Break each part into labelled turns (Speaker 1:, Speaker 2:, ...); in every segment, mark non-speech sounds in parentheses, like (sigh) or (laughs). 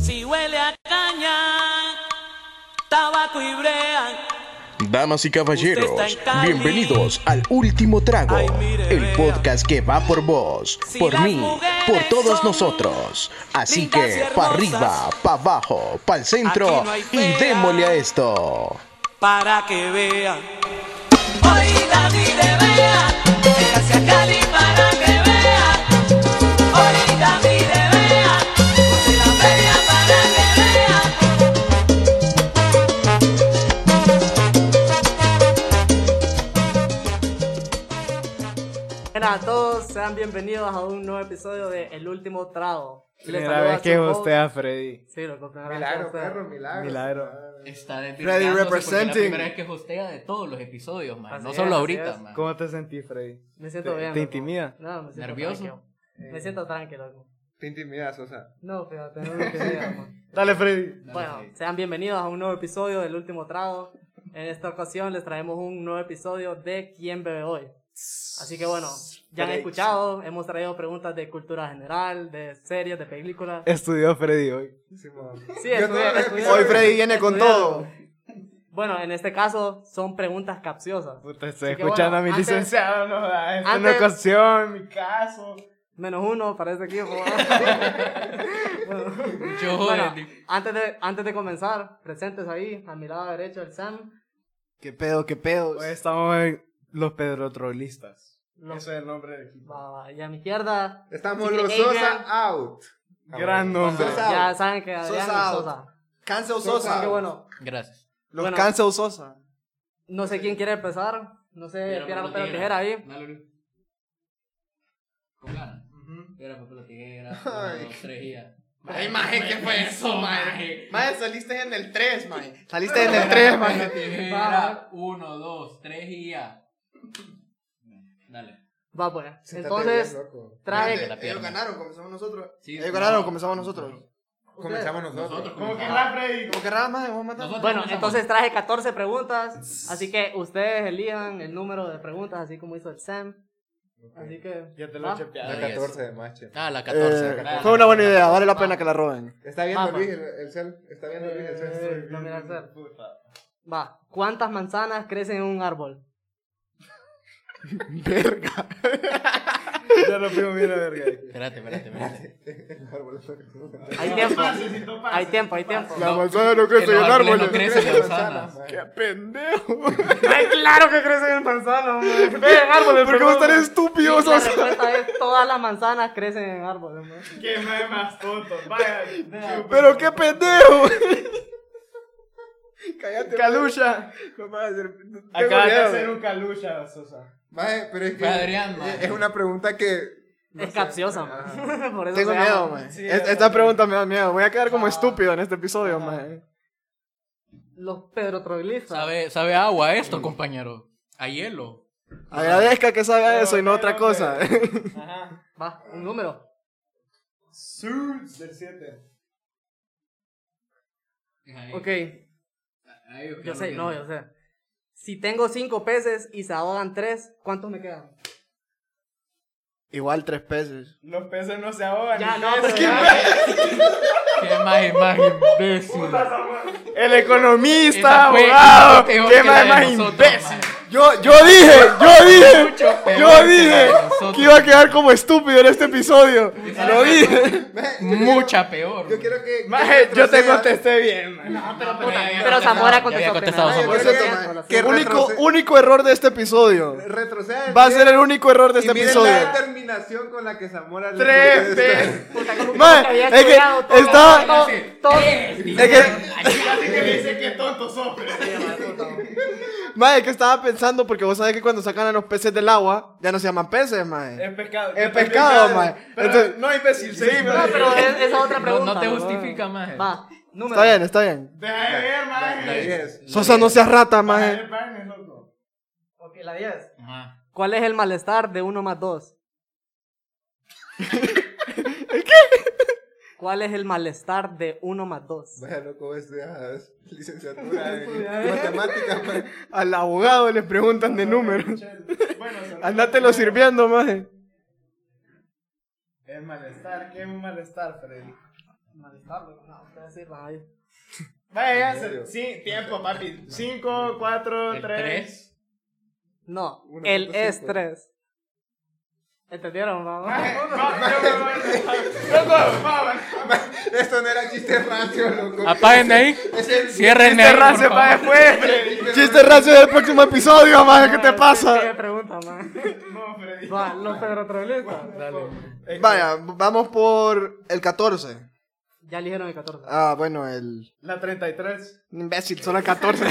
Speaker 1: Si huele a caña, tabaco y brea.
Speaker 2: Damas y caballeros, bienvenidos al Último Trago,
Speaker 1: Ay, mire,
Speaker 2: el
Speaker 1: vea.
Speaker 2: podcast que va por vos,
Speaker 1: Si
Speaker 2: por
Speaker 1: las
Speaker 2: mí,
Speaker 1: mujeres
Speaker 2: por todos
Speaker 1: son
Speaker 2: nosotros. Así
Speaker 1: lindas y
Speaker 2: que,
Speaker 1: hermosas,
Speaker 2: pa' arriba, pa' abajo, pa' el centro
Speaker 1: aquí no hay
Speaker 2: y
Speaker 1: fea.
Speaker 2: démosle a esto.
Speaker 1: para que vean. Hoy Dani te vea, véngase a Cali para que vea. Hoy Dani te vea, puse la feria para que vea.
Speaker 3: Hola a todos, sean bienvenidos a un nuevo episodio de El Último Trago. Les
Speaker 4: Primera
Speaker 3: saluda
Speaker 4: vez
Speaker 3: su
Speaker 4: que
Speaker 3: host-
Speaker 4: hostea a Freddy.
Speaker 3: Sí, loco, primera vez que
Speaker 5: Milagro,
Speaker 3: hostea.
Speaker 5: perro, milagro.
Speaker 4: Milagro.
Speaker 6: Está de
Speaker 4: Freddy
Speaker 6: porque Es la
Speaker 4: representing.
Speaker 6: primera vez que hostea de todos los episodios, man.
Speaker 3: Así
Speaker 6: no
Speaker 3: es,
Speaker 6: solo
Speaker 3: así
Speaker 6: ahorita,
Speaker 3: es.
Speaker 6: man.
Speaker 4: ¿Cómo te sentís, Freddy?
Speaker 3: Me siento
Speaker 4: ¿Te-
Speaker 3: bien.
Speaker 4: te
Speaker 3: loco.
Speaker 4: intimida?
Speaker 3: No, me siento
Speaker 6: ¿Nervioso?
Speaker 3: tranquilo. Me siento tranquilo. loco.
Speaker 5: Te intimidas, o sea.
Speaker 3: No, pero tengo lo que
Speaker 4: (laughs)
Speaker 3: diga, amor.
Speaker 4: Dale, Freddy.
Speaker 3: Bueno, sean bienvenidos a un nuevo episodio del Último Trago. En esta ocasión les traemos un nuevo episodio de ¿Quién bebe hoy? Así que bueno, ya han escuchado, hemos traído preguntas de cultura general, de series, de
Speaker 4: (laughs)
Speaker 3: películas.
Speaker 4: Estudió Freddy hoy.
Speaker 5: Simón.
Speaker 3: Sí,
Speaker 5: Yo
Speaker 3: estudia-
Speaker 5: te-
Speaker 3: estudia-
Speaker 5: Hoy Freddy
Speaker 4: viene con
Speaker 3: estudia
Speaker 4: todo.
Speaker 3: algo. Bueno, en este caso son preguntas capciosas.
Speaker 4: Puta, estoy
Speaker 3: Así que
Speaker 4: escuchando
Speaker 3: bueno,
Speaker 4: a mi
Speaker 3: antes-
Speaker 4: licenciado, no, da, esta es una
Speaker 3: antes-
Speaker 4: ocasión, mi caso.
Speaker 3: Menos uno para este equipo. Bueno,
Speaker 6: Yo, eh,
Speaker 3: bueno,
Speaker 6: el-
Speaker 3: antes, de, antes de comenzar, presentes ahí, a mi lado derecho el Sam.
Speaker 4: ¿Qué pedo, qué pedo? estamos en los pedrotrolistas.
Speaker 3: Los-
Speaker 4: Ese es el nombre del equipo.
Speaker 3: va, va, y a mi izquierda.
Speaker 5: Estamos
Speaker 3: Así que
Speaker 5: los
Speaker 3: Adrian-
Speaker 5: Sosa out.
Speaker 4: Gran nombre.
Speaker 3: Sosa. Ya saben que Adrián es
Speaker 7: Sosa.
Speaker 3: Sosa.
Speaker 7: Cancel
Speaker 3: Así que
Speaker 7: Sosa.
Speaker 3: bueno,
Speaker 6: Gracias.
Speaker 7: Los
Speaker 3: bueno.
Speaker 7: Cancel Sosa.
Speaker 3: no sé quién quiere empezar. No sé, piedra, papel o tijera ahí.
Speaker 6: Dale, Con ganas. Piedra, papel o tijera. Uno, dos, tres y ya.
Speaker 7: Ay, maje, ¿qué fue eso,
Speaker 6: maje?
Speaker 7: Mae, saliste en el 3, mae. Saliste en el 3,
Speaker 6: Papel o
Speaker 7: mae.
Speaker 6: tijera. Uno, dos, tres y ya. Dale.
Speaker 3: Va pues.
Speaker 5: Se está
Speaker 3: Entonces,
Speaker 5: perdiendo, loco.
Speaker 6: Grande.
Speaker 3: traje.
Speaker 6: la
Speaker 7: Ellos
Speaker 6: pierna.
Speaker 7: ganaron, comenzamos nosotros.
Speaker 6: Sí,
Speaker 7: Ellos
Speaker 6: no.
Speaker 7: ganaron, comenzamos nosotros.
Speaker 5: Comenzamos nosotros.
Speaker 6: Nosotros
Speaker 4: ¿Cómo que
Speaker 6: comenzamos.
Speaker 4: Freddy?
Speaker 7: Como que rara, mae, vamos a matar.
Speaker 6: Nosotros
Speaker 3: Bueno,
Speaker 6: comenzamos.
Speaker 3: entonces traje 14 preguntas. Así que ustedes elijan el número de preguntas, así como hizo el Sam. Así que.
Speaker 4: Ya te
Speaker 3: ¿va?
Speaker 4: lo chepeado.
Speaker 5: La 14 de macho.
Speaker 6: Ah, la 14.
Speaker 7: Eh,
Speaker 6: dale.
Speaker 7: fue una buena idea, vale la pena que la roben.
Speaker 5: Está viendo
Speaker 3: Vamos.
Speaker 5: Luis el, el cel. Está viendo Luis el cel.
Speaker 3: Eh, no, mira, el Sam. Va, ¿cuántas manzanas crecen en un árbol?
Speaker 7: Verga.
Speaker 4: Ya lo fuimos bien a verga.
Speaker 6: Espérate, espérate, espérate.
Speaker 3: Hay tiempo, hay tiempo, hay tiempo.
Speaker 6: La No,
Speaker 7: manzana no
Speaker 6: crece en los en árboles, árboles. no crecen manzanas.
Speaker 7: pendejo.
Speaker 3: ¡Ay, claro que crecen en manzanas, hombre! ¡Ve en árboles!
Speaker 7: ¿Por qué vos tan estúpido,
Speaker 3: La
Speaker 7: Sosa?
Speaker 3: respuesta es todas las manzanas crecen en árboles, ¿no?
Speaker 4: Qué mae más tonto, vaya.
Speaker 7: Pero qué pendejo.
Speaker 5: Cállate.
Speaker 7: Calucha.
Speaker 5: No me vas a hacer.
Speaker 4: Acaba de
Speaker 5: miedo.
Speaker 4: hacer un calucha, Sosa.
Speaker 5: Maje, pero es que.
Speaker 6: Fue Adrián, maje.
Speaker 5: es- Es una pregunta que. no
Speaker 3: Es
Speaker 5: sé.
Speaker 3: capciosa,
Speaker 5: Ajá.
Speaker 3: man. (laughs) Por eso
Speaker 7: Tengo
Speaker 3: se llama.
Speaker 7: miedo, mae.
Speaker 4: Sí,
Speaker 7: Es-
Speaker 4: ya,
Speaker 7: Esta
Speaker 4: ya.
Speaker 7: pregunta me da miedo. Voy a quedar como estúpido en este episodio, mae.
Speaker 3: Los pedrotroglifas.
Speaker 6: Sabe, sabe a agua esto, compañero. A hielo.
Speaker 7: Ah. Agradezca que sabe a
Speaker 4: Pero,
Speaker 7: eso y no
Speaker 4: pero,
Speaker 7: otra
Speaker 4: pero.
Speaker 7: cosa. (laughs)
Speaker 4: Ajá.
Speaker 3: Va, un número.
Speaker 4: Suits del 7.
Speaker 3: Ok, yo sé, no, yo sé. Si tengo cinco peces y se ahogan tres, ¿cuántos me quedan?
Speaker 7: Igual tres pesos.
Speaker 4: Los peces no se ahogan.
Speaker 3: Ya,
Speaker 4: ni
Speaker 3: no,
Speaker 4: peces,
Speaker 3: pero ya.
Speaker 4: ¿verdad?
Speaker 6: Qué más, más imbécil.
Speaker 7: El economista,
Speaker 6: Esa fue
Speaker 7: abogado.
Speaker 6: peor
Speaker 7: Qué
Speaker 6: que la
Speaker 7: más,
Speaker 6: de
Speaker 7: más
Speaker 6: nosotros,
Speaker 7: imbécil.
Speaker 6: mae.
Speaker 7: Yo, yo dije, yo dije,
Speaker 6: Mucho peor
Speaker 7: yo
Speaker 6: que la de
Speaker 7: dije
Speaker 6: nosotros.
Speaker 7: que iba a quedar como estúpido en este episodio. Lo dije.
Speaker 5: Maje,
Speaker 7: (laughs)
Speaker 5: yo quiero-
Speaker 6: Mucha peor.
Speaker 5: Yo quiero que.
Speaker 4: Maje,
Speaker 5: que
Speaker 4: yo te
Speaker 5: retroceda.
Speaker 4: contesté bien, man.
Speaker 6: pero,
Speaker 3: Pero Zamora contestó
Speaker 6: contestado
Speaker 3: primero.
Speaker 5: Por
Speaker 6: Zamora.
Speaker 5: cierto,
Speaker 3: Zamora.
Speaker 5: maje, que
Speaker 7: El único,
Speaker 5: retroce-
Speaker 7: único error de este episodio.
Speaker 5: Retroceda.
Speaker 7: Va a ser el único error de
Speaker 5: Y
Speaker 7: este
Speaker 5: miren
Speaker 7: episodio.
Speaker 5: la determinación con la que Zamora le
Speaker 4: Tres
Speaker 5: contesta.
Speaker 4: veces.
Speaker 3: Puta, como
Speaker 7: Mae,
Speaker 3: que había
Speaker 7: es que
Speaker 3: estudiado todo,
Speaker 7: está-
Speaker 3: todo, todo-
Speaker 7: Es (laughs) que,
Speaker 4: Así que me dice que tonto sos, pero.
Speaker 7: mae, que estaba pensando porque vos sabés que cuando sacan a los peces del agua, ya no se llaman peces, mae.
Speaker 4: Es pescado.
Speaker 7: Es pescado, mae.
Speaker 4: Pero
Speaker 7: Entonces-
Speaker 4: no, imbécil, sí,
Speaker 3: No,
Speaker 4: mae.
Speaker 3: pero es- esa es otra
Speaker 6: No,
Speaker 3: pregunta.
Speaker 6: no te
Speaker 3: ¿no?
Speaker 6: justifica, más.
Speaker 3: Va, número.
Speaker 7: Está bien, está bien.
Speaker 4: Deja de ver,
Speaker 5: La
Speaker 4: man.
Speaker 5: diez.
Speaker 7: Sosa, no seas rata, mae.
Speaker 3: Ok, la 10.
Speaker 6: Ajá.
Speaker 3: ¿Cuál es el malestar de 1 más (laughs) 2? ¿Cuál es el malestar de 1 más 2?
Speaker 5: Vaya loco, vos estudias licenciatura en matemáticas. man.
Speaker 7: Al abogado le preguntan de números. (laughs) Andátelo sirviendo, mae.
Speaker 4: Es malestar, ¿qué es un malestar, Freddy?
Speaker 3: Malestarlo, no, ustedes sí, van ahí.
Speaker 8: Vaya, ya.
Speaker 5: ¿En serio?
Speaker 8: se- Sí,
Speaker 5: (laughs)
Speaker 8: tiempo, papi. 5, 4,
Speaker 6: El
Speaker 8: 3.
Speaker 6: 3.
Speaker 3: No,
Speaker 5: Uno
Speaker 3: el
Speaker 5: punto cinco.
Speaker 3: estrés. ¿Entendieron, (laughs) mamá?
Speaker 5: (laughs) Esto no era chiste rancio, loco.
Speaker 9: Apaguen de ahí.
Speaker 5: Es el
Speaker 9: Cierren de ahí. por favor.
Speaker 8: después.
Speaker 7: pues. Chiste rancio del próximo episodio, mae, ¿qué te
Speaker 5: Ah,
Speaker 3: (laughs) ¿Qué
Speaker 7: pasa?
Speaker 3: pregunta, man? Va, los pedrotrolistas.
Speaker 7: Vaya, vamos por el 14.
Speaker 3: Ya eligieron el 14.
Speaker 7: Ah, bueno, el...
Speaker 8: La 33.
Speaker 7: Imbécil, solo
Speaker 5: (laughs)
Speaker 7: el 14.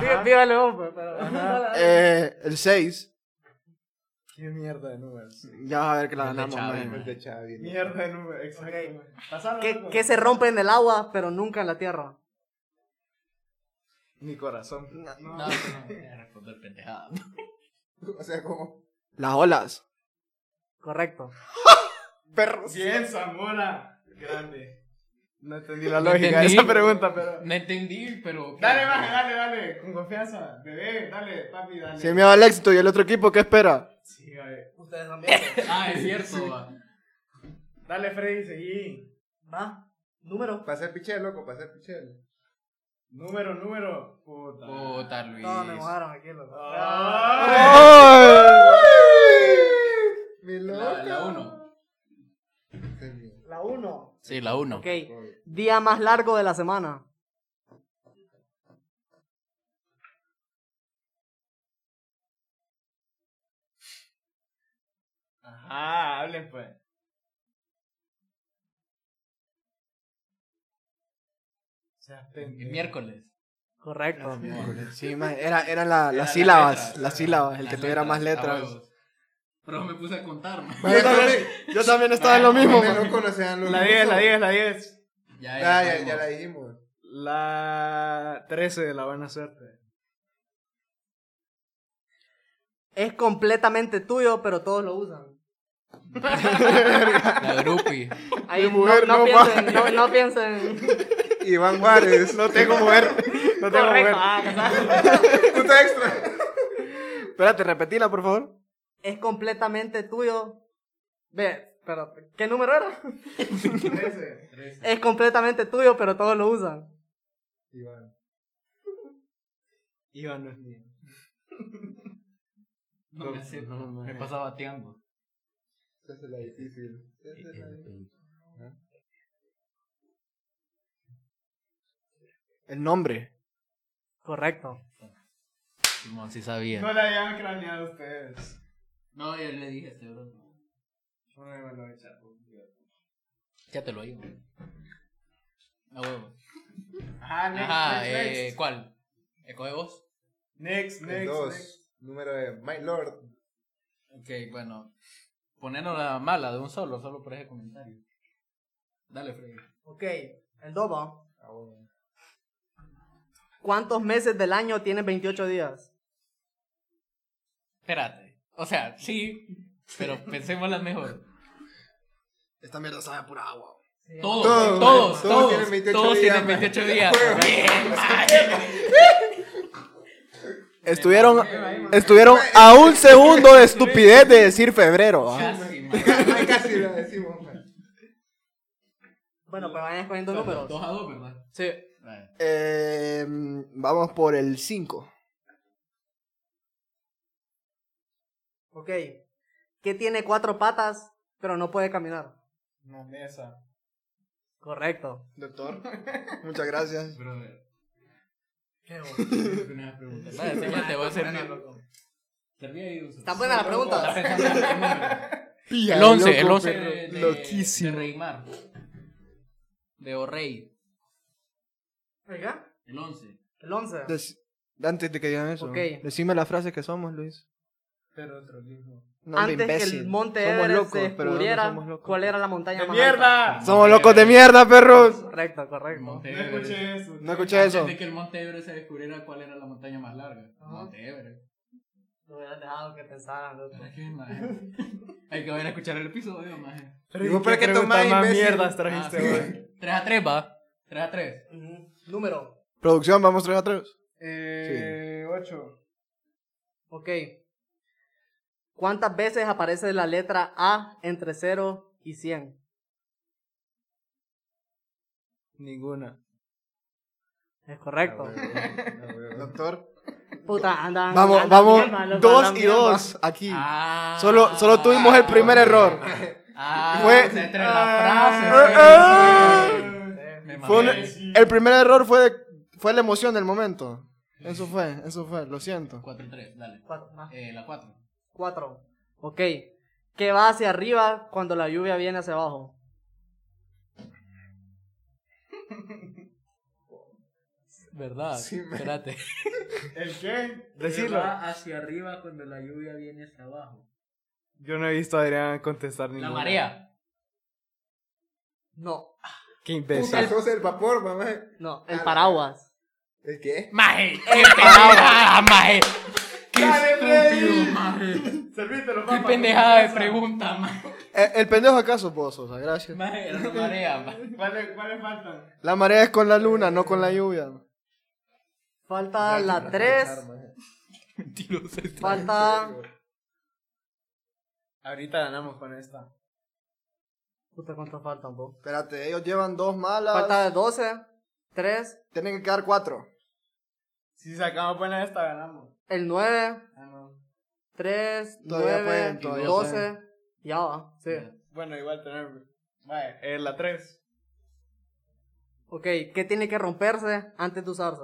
Speaker 3: Viva- Viva el León, pues, pero.
Speaker 7: eh, el 6.
Speaker 8: Qué mierda de números.
Speaker 7: Ya vas a ver que la
Speaker 6: El de
Speaker 7: ganamos,
Speaker 6: Chávez,
Speaker 7: mae.
Speaker 5: El de Xavi, loco.
Speaker 8: Mierda de números, exacto. Pasalo,
Speaker 3: (laughs) Que,
Speaker 8: loco.
Speaker 3: que se rompe en el agua, pero nunca en la tierra.
Speaker 8: Mi corazón.
Speaker 6: No, no, no, voy a responder pendejada.
Speaker 5: O sea, como.
Speaker 7: Las olas.
Speaker 3: Correcto.
Speaker 8: Perros. Bien, Zamora. Grande. No
Speaker 5: (laughs)
Speaker 8: entendí la
Speaker 6: No
Speaker 8: lógica de
Speaker 6: entendí.
Speaker 8: esa pregunta, pero.
Speaker 6: No entendí,
Speaker 3: (laughs)
Speaker 6: pero.
Speaker 8: Dale, maje, dale, dale. Con confianza. Bebé, dale, papi, dale.
Speaker 7: Sin miedo al éxito. ¿Y el otro equipo qué espera?
Speaker 8: Sí, vale.
Speaker 3: Ustedes también.
Speaker 6: (laughs) Ah, es cierto. va.
Speaker 8: Dale, Freddy, seguí.
Speaker 3: Va. Número.
Speaker 5: Para ser pichel, loco, para ser pichel. Oh.
Speaker 8: Número, número. Puta.
Speaker 6: Puta, Luis.
Speaker 3: No, me mojaron aquí, loco.
Speaker 8: Ah.
Speaker 5: Mi
Speaker 6: La
Speaker 5: loca.
Speaker 6: la uno.
Speaker 3: La 1.
Speaker 6: Sí, la uno.
Speaker 3: Ok. Día más largo de la semana.
Speaker 8: Ajá, hablen pues. Seas
Speaker 6: El
Speaker 8: pendejo.
Speaker 6: miércoles.
Speaker 3: Correcto.
Speaker 7: Sí, mae, era, eran la-
Speaker 6: Era
Speaker 7: las
Speaker 6: la
Speaker 7: sílabas.
Speaker 6: letra,
Speaker 7: las
Speaker 6: era
Speaker 7: sílabas, el
Speaker 6: las
Speaker 7: que tuviera más letras.
Speaker 6: a huevos. Pero me puse a contar, man.
Speaker 7: Yo también, yo también estaba en lo mismo.
Speaker 5: Me
Speaker 7: mae. (laughs)
Speaker 5: loco, no sean los
Speaker 8: La
Speaker 5: locos.
Speaker 8: 10, la 10, la 10.
Speaker 6: Ya,
Speaker 8: Ah,
Speaker 5: Ya,
Speaker 6: ya,
Speaker 5: ya, ya la dijimos.
Speaker 8: La 13 de la buena suerte.
Speaker 3: Es completamente tuyo, pero todos lo usan.
Speaker 6: La grupi.
Speaker 3: Ahí no,
Speaker 7: mujer
Speaker 3: no
Speaker 7: no
Speaker 3: piensen, no, no piensen.
Speaker 5: Iván Juárez.
Speaker 7: No tengo mujer. No tengo mujer.
Speaker 3: Correcto. ah, ¿sabes?
Speaker 5: Puta extra.
Speaker 7: Espérate, repetila, por favor.
Speaker 3: es completamente tuyo. Ve, pero ¿qué número era? es completamente tuyo, pero todos lo usan.
Speaker 5: Iván.
Speaker 8: Iván no es mío.
Speaker 6: No me sé, me pasaba tiempo.
Speaker 5: Esa es la difícil. Esa es la difícil.
Speaker 7: El nombre.
Speaker 3: Correcto.
Speaker 6: Simón, sí sabía.
Speaker 8: No la habían craneado ustedes.
Speaker 6: No, yo le dije a este bro.
Speaker 8: No me van a echar.
Speaker 6: Ya te lo digo. A huevo.
Speaker 8: Ajá, next,
Speaker 6: Ajá,
Speaker 8: next,
Speaker 6: eh, ¿cuál? ¿Eco de vos?
Speaker 8: next. Next,
Speaker 5: El
Speaker 8: next, next.
Speaker 5: dos. Número de My Lord.
Speaker 6: Ok, bueno. Ponernos la mala de un solo, solo por ese comentario. Dale, Freddy.
Speaker 3: Ok, el dobo.
Speaker 8: Ah,
Speaker 3: ¿Cuántos meses del año tienen 28 días?
Speaker 6: Espérate. O sea, sí, pero pensémosla mejor.
Speaker 7: Esta mierda sabe a pura agua.
Speaker 6: Todos,
Speaker 5: Todos,
Speaker 6: todos, todos,
Speaker 5: todos
Speaker 6: todos
Speaker 5: tienen
Speaker 6: tienen
Speaker 5: 28
Speaker 6: 28
Speaker 5: días, man.
Speaker 6: días. Bien,
Speaker 7: (laughs) Estuvieron, estuvieron a un segundo de estupidez de decir febrero. (laughs) ¿ah?
Speaker 6: casi, man.
Speaker 5: Ay, Casi la decimos, man.
Speaker 3: Bueno, pues vayan escogiendo números.
Speaker 6: Dos a dos, ¿verdad?
Speaker 3: Sí.
Speaker 6: Vale.
Speaker 7: Eh, vamos por el 5.
Speaker 3: Ok. ¿Qué tiene cuatro patas, pero no puede caminar?
Speaker 8: Una mesa.
Speaker 3: Correcto.
Speaker 7: Doctor. Muchas gracias.
Speaker 6: Brother. (laughs) Qué bueno. eh, Una pregunta. Vale, enséñate, voy a hacer mi- Serví ahí, Uso.
Speaker 3: Están buenas las
Speaker 6: Está
Speaker 3: preguntas.
Speaker 6: pensando en el número.
Speaker 7: (laughs)
Speaker 9: El 11, el 11.
Speaker 6: De- de- De Reymar. De Orrey.
Speaker 3: ¿Oiga?
Speaker 6: El 11.
Speaker 3: El 11.
Speaker 7: Antes de que digan eso,
Speaker 3: Ok.
Speaker 7: decime la frase que somos, Luis.
Speaker 8: Pero otro mismo.
Speaker 7: No, hombre,
Speaker 3: Antes que
Speaker 7: imbécil.
Speaker 3: el monte
Speaker 7: Somos
Speaker 3: Everest
Speaker 7: locos,
Speaker 3: se
Speaker 7: pero no
Speaker 3: descubriera,
Speaker 7: somos locos.
Speaker 3: ¿cuál era la montaña
Speaker 8: ¡De
Speaker 3: más
Speaker 8: mierda!
Speaker 6: alta.
Speaker 7: Ah, Somos locos de mierda, perros.
Speaker 3: alta? Correcto, correcto.
Speaker 6: Monte
Speaker 8: No
Speaker 6: Everest.
Speaker 8: escuché eso.
Speaker 7: No escuché
Speaker 6: Antes
Speaker 7: eso.
Speaker 6: de que el Monte Everest se descubriera cuál era la montaña más larga. Monte Everest.
Speaker 3: Lo hubieras dejado que pensaran, loco.
Speaker 6: Ay, qué maje. Hay que ir a escuchar el episodio, maje.
Speaker 8: Digo, ¿para qué tomas más mierdas trajiste,
Speaker 6: Ah, sí.
Speaker 8: güey?
Speaker 6: 3 a 3, va. 3 a 3.
Speaker 3: Ujú. Número.
Speaker 7: Producción, vamos 3 a 3.
Speaker 8: Eh, 8.
Speaker 3: Ok. ¿Cuántas veces aparece la letra A entre 0 y 100?
Speaker 4: Ninguna.
Speaker 3: Es correcto.
Speaker 7: Doctor.
Speaker 3: Puta, andan.
Speaker 7: Vamos,
Speaker 3: andan
Speaker 7: vamos,
Speaker 3: bien mal, loco,
Speaker 7: dos
Speaker 3: andan
Speaker 7: y
Speaker 3: bien
Speaker 7: dos
Speaker 3: mal.
Speaker 7: aquí. Solo, solo tuvimos el primer error.
Speaker 6: Ah,
Speaker 7: (laughs) Fue-
Speaker 6: pues, entre
Speaker 7: Ah,
Speaker 6: las frases. Me
Speaker 7: Fue un- e-
Speaker 6: mamé.
Speaker 7: el primer error fue, de- fue la emoción del momento. Eso fue, eso fue, lo siento.
Speaker 6: 4-3, dale.
Speaker 3: Cuatro, más.
Speaker 6: Eh, la 4.
Speaker 3: Cuatro. Ok. Que va hacia arriba cuando la lluvia viene hacia abajo.
Speaker 6: ¿Verdad?
Speaker 5: Sí, me-
Speaker 6: Espérate.
Speaker 8: ¿El qué?
Speaker 4: Decilo.
Speaker 6: Va hacia arriba cuando la lluvia viene hacia abajo.
Speaker 4: Yo no he visto a Adrián contestar
Speaker 6: La
Speaker 4: ninguna.
Speaker 6: marea.
Speaker 3: No,
Speaker 4: Qué
Speaker 5: Puta,
Speaker 4: imbécil.
Speaker 5: sos el vapor, mamá.
Speaker 3: no, el paraguas.
Speaker 5: ¿El qué?
Speaker 6: Maje. ¡Qué pendejada, maje! ¡Qué estúpido, maje!
Speaker 8: Servítelo,
Speaker 6: ¡Qué
Speaker 8: papá.
Speaker 6: pendejada de pregunta, maje!
Speaker 7: Eh, El, pendejo acaso vos, o sea, gracias.
Speaker 6: Maje, era la marea, maje.
Speaker 8: ¿Cuáles cuáles faltan?
Speaker 7: La marea es con la luna, no con la lluvia.
Speaker 3: Falta la tres.
Speaker 6: Mentiroso este.
Speaker 3: Falta.
Speaker 4: Ahorita ganamos con esta.
Speaker 3: Puta, ¿cuánto faltan, vos?
Speaker 7: Espérate, ellos llevan dos malas.
Speaker 3: Falta 12, 3,
Speaker 7: Tienen que quedar cuatro.
Speaker 8: Si sacamos buena esta, ganamos.
Speaker 3: el 9, 3,
Speaker 7: Todavía
Speaker 3: 9,
Speaker 7: pueden, todavía
Speaker 3: 12. Ya va, sí.
Speaker 8: Bueno, igual tenemos. Vale, eh, la 3.
Speaker 3: Ok, ¿qué tiene que romperse antes de usarse?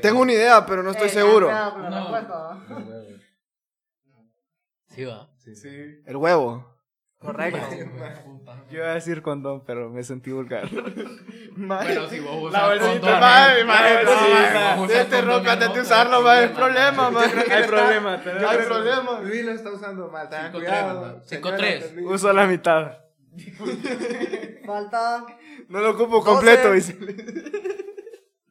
Speaker 7: Tengo una idea, pero no estoy
Speaker 3: Eh,
Speaker 7: seguro.
Speaker 3: ya me da la
Speaker 6: No.
Speaker 3: respuesta, ¿no?
Speaker 6: Sí, va.
Speaker 8: Sí.
Speaker 7: El huevo.
Speaker 3: Correcto.
Speaker 4: Yo iba a decir condón, pero me sentí vulgar.
Speaker 7: (laughs)
Speaker 6: Bueno, si vos usas
Speaker 8: La bolsita,
Speaker 6: condón,
Speaker 8: mae,
Speaker 6: ¿no?
Speaker 8: mae,
Speaker 6: Vos usas
Speaker 8: mae,
Speaker 6: condón,
Speaker 7: Este
Speaker 6: no
Speaker 7: roca antes de
Speaker 6: rompes,
Speaker 7: usarlo,
Speaker 6: no
Speaker 7: va, es
Speaker 6: problema.
Speaker 7: problema, man.
Speaker 4: Hay problema, tenemos-
Speaker 7: Hay problema.
Speaker 5: Luis lo está usando mal. Tengan
Speaker 6: 5-3,
Speaker 5: cuidado.
Speaker 6: ¿verdad? 5-3.
Speaker 5: Señora, Luis.
Speaker 4: Uso la mitad.
Speaker 3: Falta
Speaker 7: No lo ocupo completo,
Speaker 3: Doce.
Speaker 7: dice.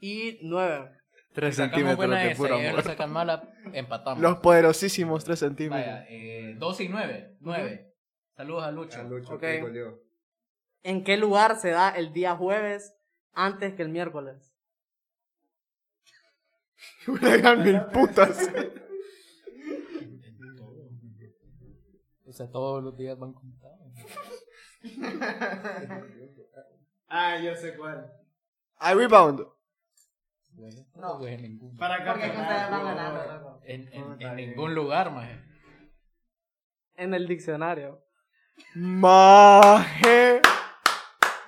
Speaker 3: y 9.
Speaker 4: Tres
Speaker 6: Sacamos
Speaker 4: centímetros
Speaker 6: buena
Speaker 4: de
Speaker 6: esa
Speaker 4: puro
Speaker 6: y ellos la
Speaker 4: amor.
Speaker 6: sacan mala, empatamos.
Speaker 7: Los poderosísimos 3
Speaker 6: Vaya,
Speaker 7: centímetros. (laughs)
Speaker 6: eh, 12 y 9. 9. Saludos a Lucho.
Speaker 5: A Lucho,
Speaker 3: Ok.
Speaker 5: que goleó.
Speaker 3: ¿En qué lugar se da el día jueves antes que el miércoles?
Speaker 7: Huracán mil putas.
Speaker 6: O sea, todos los días van contados.
Speaker 8: Ah, yo sé cuál.
Speaker 7: Hay rebound.
Speaker 6: Bueno,
Speaker 3: No.
Speaker 6: pues, en ningún,
Speaker 8: Para
Speaker 3: ganando,
Speaker 8: campeonar.
Speaker 3: loco.
Speaker 6: en, en, en ningún lugar, maje.
Speaker 3: En el diccionario.
Speaker 7: Maje.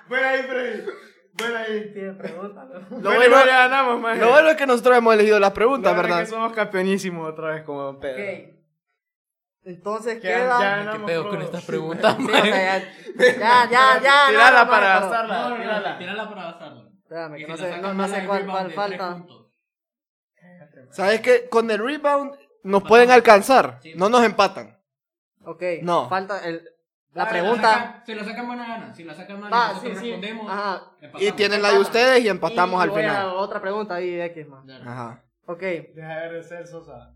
Speaker 8: Buena ahí, Freddy. Buena ahí.
Speaker 6: (laughs)
Speaker 7: Lo
Speaker 4: Bueno,
Speaker 7: bueno,
Speaker 4: igual ya ganamos, man.
Speaker 7: lo bueno es que nosotros hemos elegido las preguntas,
Speaker 4: que
Speaker 7: ¿verdad?
Speaker 4: somos campeonísimos otra vez como don Pedro.
Speaker 3: Ok. Entonces
Speaker 8: Ya- ya
Speaker 3: queda.
Speaker 6: ¿Qué
Speaker 8: ganamos
Speaker 6: pedo
Speaker 8: todos.
Speaker 6: con estas preguntas,
Speaker 3: (laughs) Sí, o sea,
Speaker 6: maje?
Speaker 3: ya, ya,
Speaker 8: (laughs)
Speaker 3: ya, ya.
Speaker 4: Tírala
Speaker 3: no,
Speaker 4: para
Speaker 3: no, no.
Speaker 4: gastarla,
Speaker 6: No, no, no,
Speaker 4: tírala.
Speaker 6: tírala para basarla.
Speaker 3: Espérame, que
Speaker 6: Y si
Speaker 3: no
Speaker 6: la
Speaker 3: sé,
Speaker 6: sacan
Speaker 3: no, no
Speaker 6: mala,
Speaker 3: sé
Speaker 6: hay
Speaker 3: cuál,
Speaker 6: rebound
Speaker 3: cuál
Speaker 6: de tres Ah,
Speaker 3: falta.
Speaker 6: puntos.
Speaker 7: ¿Sabes qué? Con el rebound nos pueden alcanzar. No nos empatan.
Speaker 3: Ok.
Speaker 7: No.
Speaker 3: Falta el, la
Speaker 6: Si la
Speaker 3: pregunta.
Speaker 6: sacan- Si la sacan buena gana, si la sacan mal,
Speaker 3: Va,
Speaker 6: nosotros
Speaker 3: sí, sí.
Speaker 6: respondemos.
Speaker 3: Ajá.
Speaker 6: empatamos.
Speaker 7: Y tienen la de ustedes y empatamos
Speaker 3: Y
Speaker 7: al
Speaker 3: voy a
Speaker 7: final.
Speaker 3: otra pregunta ahí, X más.
Speaker 6: Dale.
Speaker 7: Ajá.
Speaker 3: Ok.
Speaker 8: Deja de ver ser Sosa.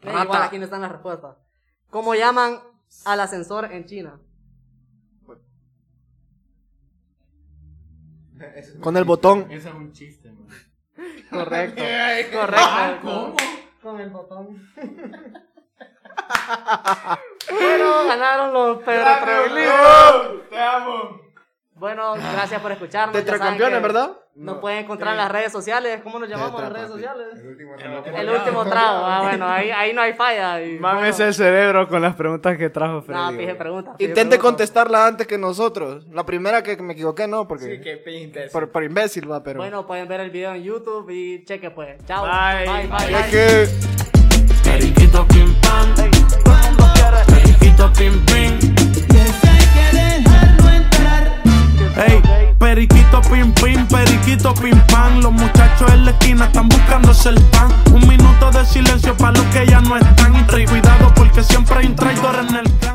Speaker 3: Ve
Speaker 7: Rata.
Speaker 3: Igual aquí no están las respuestas. ¿Cómo llaman al ascensor en China?
Speaker 7: Con el botón.
Speaker 6: Ese es un chiste, man.
Speaker 3: Correcto.
Speaker 6: Ah,
Speaker 3: Correcto.
Speaker 6: ¿cómo?
Speaker 3: Con el botón. Bueno, ganaron los Pedro Treviglio.
Speaker 8: ¡Te amo!
Speaker 3: Bueno, gracias por escucharnos. ya saben
Speaker 7: Tetracampeones,
Speaker 3: que
Speaker 7: ¿verdad?
Speaker 3: Nos pueden encontrar en las redes sociales. ¿Cómo nos llamamos en las redes
Speaker 7: Tetrapapi.
Speaker 5: El
Speaker 3: sociales?
Speaker 5: último trago.
Speaker 3: El último trago. Ah, bueno, ahí, ahí no hay falla. Y, bueno,
Speaker 4: Mames el cerebro con las preguntas que trajo Freddy.
Speaker 3: No, pues,
Speaker 4: güey.
Speaker 3: fije pregunta. fije
Speaker 7: Intente
Speaker 3: pregunta.
Speaker 7: contestarla antes que nosotros. La primera que me equivoqué, no, porque.
Speaker 8: pintes.
Speaker 7: por, por imbécil va, pero.
Speaker 3: Bueno, pueden ver el video en YouTube y cheque pues. Chao.
Speaker 4: Bye.
Speaker 3: bye.
Speaker 7: Hay
Speaker 3: bye.
Speaker 7: que.
Speaker 10: Periquito pim pam, periquito pim pim. Ey, periquito pim pim, periquito pim pam. Los muchachos en la esquina están buscándose el pan. Un minuto de silencio para los que ya no están. Y ten cuidado porque siempre hay un traidor en el clan.